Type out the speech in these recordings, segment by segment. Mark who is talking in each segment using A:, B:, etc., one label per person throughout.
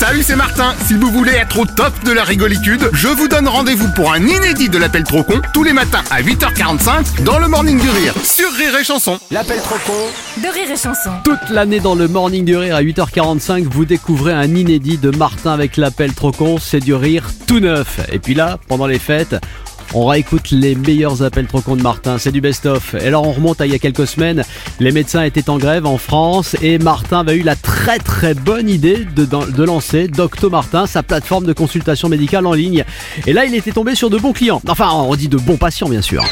A: Salut, c'est Martin. Si vous voulez être au top de la rigolitude, je vous donne rendez-vous pour un inédit de l'appel trop con tous les matins à 8h45 dans le Morning du Rire sur Rire et Chanson.
B: L'appel trop con
C: de rire et chanson.
D: Toute l'année dans le Morning du Rire à 8h45, vous découvrez un inédit de Martin avec l'appel trop con, c'est du rire tout neuf. Et puis là, pendant les fêtes, on réécoute les meilleurs appels trop cons de Martin, c'est du best-of. Et alors on remonte à il y a quelques semaines, les médecins étaient en grève en France et Martin avait eu la très très bonne idée de, de lancer Docto Martin, sa plateforme de consultation médicale en ligne. Et là il était tombé sur de bons clients, enfin on dit de bons patients bien sûr.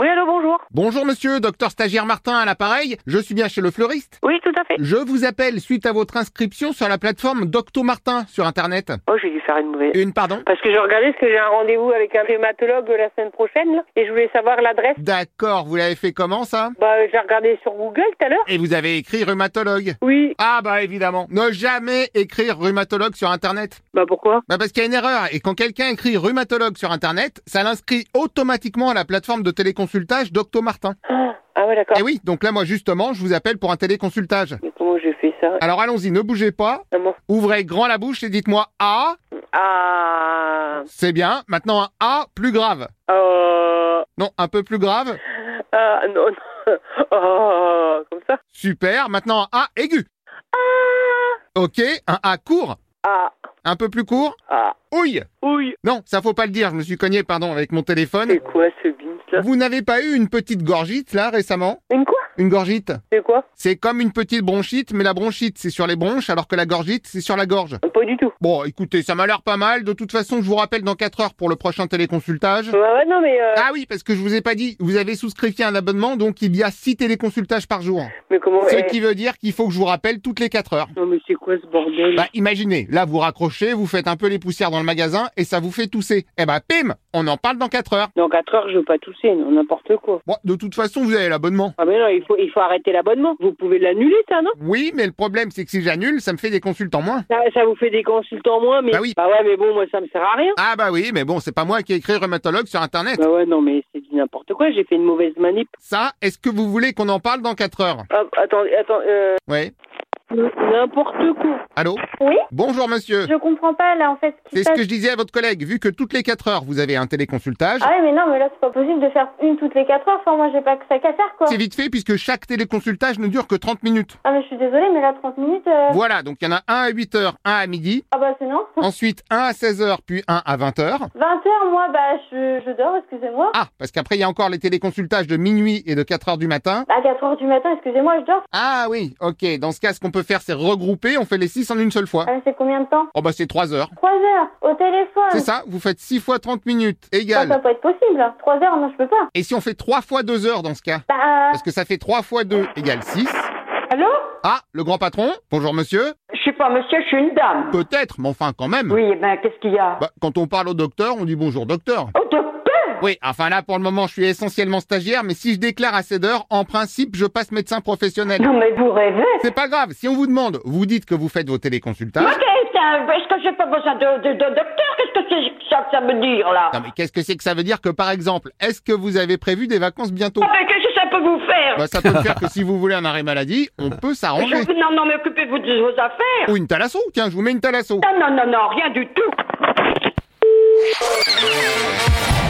E: Oui, allô, bonjour.
A: Bonjour monsieur, docteur stagiaire Martin à l'appareil. Je suis bien chez le fleuriste.
E: Oui, tout à fait.
A: Je vous appelle suite à votre inscription sur la plateforme Docto Martin sur internet.
E: Oh, j'ai dû faire une mauvaise.
A: Une pardon
E: Parce que je regardais parce que j'ai un rendez-vous avec un rhumatologue la semaine prochaine, là, et je voulais savoir l'adresse.
A: D'accord, vous l'avez fait comment ça
E: Bah, euh, j'ai regardé sur Google tout à l'heure.
A: Et vous avez écrit rhumatologue.
E: Oui.
A: Ah bah évidemment, ne jamais écrire rhumatologue sur internet.
E: Bah, pourquoi
A: Bah parce qu'il y a une erreur et quand quelqu'un écrit rhumatologue sur internet, ça l'inscrit automatiquement à la plateforme de téléconsultage Docto Martin.
E: Ah, ouais, d'accord.
A: Et oui, donc là moi justement, je vous appelle pour un téléconsultage.
E: Mais comment j'ai fait ça
A: Alors allons-y, ne bougez pas.
E: Ah, bon.
A: Ouvrez grand la bouche et dites-moi A.
E: Ah.
A: C'est bien. Maintenant un A plus grave.
E: Euh.
A: Non, un peu plus grave.
E: Ah, non, non. Oh, comme ça.
A: Super. Maintenant un A aigu. Ok, un A court.
E: Ah,
A: Un peu plus court.
E: ah.
A: Ouille.
E: Oui.
A: Non, ça faut pas le dire. Je me suis cogné, pardon, avec mon téléphone.
E: C'est quoi ce bins, là
A: Vous n'avez pas eu une petite gorgite là récemment
E: Une quoi
A: Une gorgite
E: C'est quoi
A: C'est comme une petite bronchite, mais la bronchite c'est sur les bronches, alors que la gorgite c'est sur la gorge.
E: Pas du tout.
A: Bon, écoutez, ça m'a l'air pas mal. De toute façon, je vous rappelle dans 4 heures pour le prochain téléconsultage.
E: Bah, ouais, non, mais euh...
A: Ah oui, parce que je vous ai pas dit, vous avez souscrit un abonnement, donc il y a 6 téléconsultages par jour.
E: Mais comment
A: Ce
E: eh,
A: qui veut dire qu'il faut que je vous rappelle toutes les 4 heures.
E: Non, mais c'est quoi ce bordel
A: Bah imaginez, là vous raccrochez, vous faites un peu les poussières dans le magasin et ça vous fait tousser. Eh bah pim, on en parle dans 4 heures.
E: Dans 4 heures, je veux pas tousser, non, n'importe quoi.
A: Bon, de toute façon, vous avez l'abonnement.
E: Ah, mais non, il faut, il faut arrêter l'abonnement. Vous pouvez l'annuler, ça, non
A: Oui, mais le problème c'est que si j'annule, ça me fait des consultants moins.
E: ça, ça vous fait des consultants moins, mais.
A: Bah oui.
E: ouais, mais bon, moi, ça me sert à rien.
A: Ah bah oui, mais bon, c'est pas moi qui ai écrit rhumatologue sur internet.
E: Bah ouais, non, mais c'est du n'importe quoi, j'ai fait une mauvaise manip.
A: Ça, est-ce que vous voulez qu'on en parle dans 4 heures
E: Hop, attendez, attendez, euh,
A: Oui.
E: n'importe quoi.
A: Allô
F: Oui
A: Bonjour monsieur.
F: Je comprends pas là en fait ce qui
A: C'est ce
F: se passe.
A: que je disais à votre collègue, vu que toutes les 4 heures vous avez un téléconsultage.
F: Ah ouais mais non mais là c'est pas possible de faire une toutes les 4 heures, enfin moi j'ai pas que ça qu'à faire quoi.
A: C'est vite fait puisque chaque téléconsultage ne dure que 30 minutes.
F: Ah mais je suis désolée mais là 30 minutes... euh,
A: Voilà, donc il y en a un à 8 heures, un à midi,
F: Ah bah c'est non.
A: ensuite un à 16 heures, puis un à 20 heures.
F: 20 heures moi bah je, je dors excusez-moi.
A: Ah, parce qu'après il y a encore les téléconsultages de minuit et de 4 heures du matin.
F: À 4 heures du matin excusez-moi je dors.
A: Ah oui, ok, dans ce cas ce qu'on peut faire c'est regrouper, on fait les 6 en une seule fois.
F: Ah mais c'est combien de temps
A: Oh bah c'est 3 heures.
F: 3 heures au téléphone.
A: C'est ça, vous faites 6 fois 30 minutes,
F: Ça, ça
A: égale.
F: peut pas être possible. 3 heures non je peux pas.
A: Et si on fait 3 fois 2 heures dans ce cas
F: Bah euh,
A: Parce que ça fait 3 fois 2 égale 6.
G: Allô
A: Ah, le grand patron Bonjour monsieur
G: Je suis pas monsieur, je suis une dame.
A: Peut-être, mais enfin quand même.
G: Oui, eh ben qu'est-ce qu'il y a
A: Bah, quand on parle au docteur, on dit bonjour docteur.
G: Oh, docteur
A: Oui, enfin là, pour le moment, je suis essentiellement stagiaire, mais si je déclare à cette heure, en principe, je passe médecin professionnel.
G: Non, mais vous rêvez
A: C'est pas grave, si on vous demande, vous dites que vous faites vos téléconsultages.
G: Ok, tiens, est-ce que j'ai pas besoin de, de, de docteur Qu'est-ce que c'est que ça que ça veut dire, là
A: Non mais qu'est-ce que c'est que ça veut dire que, par exemple, est-ce que vous avez prévu des vacances bientôt
G: Ah, mais qu'est-ce que ça peut vous faire
A: bah, Ça peut me faire que si vous voulez un arrêt maladie, on peut s'arranger.
G: Je- Non, non, mais occupez-vous de vos affaires
A: Ou une thalasso, tiens, je vous mets une thalasso.
G: Non, non, non, non, rien du tout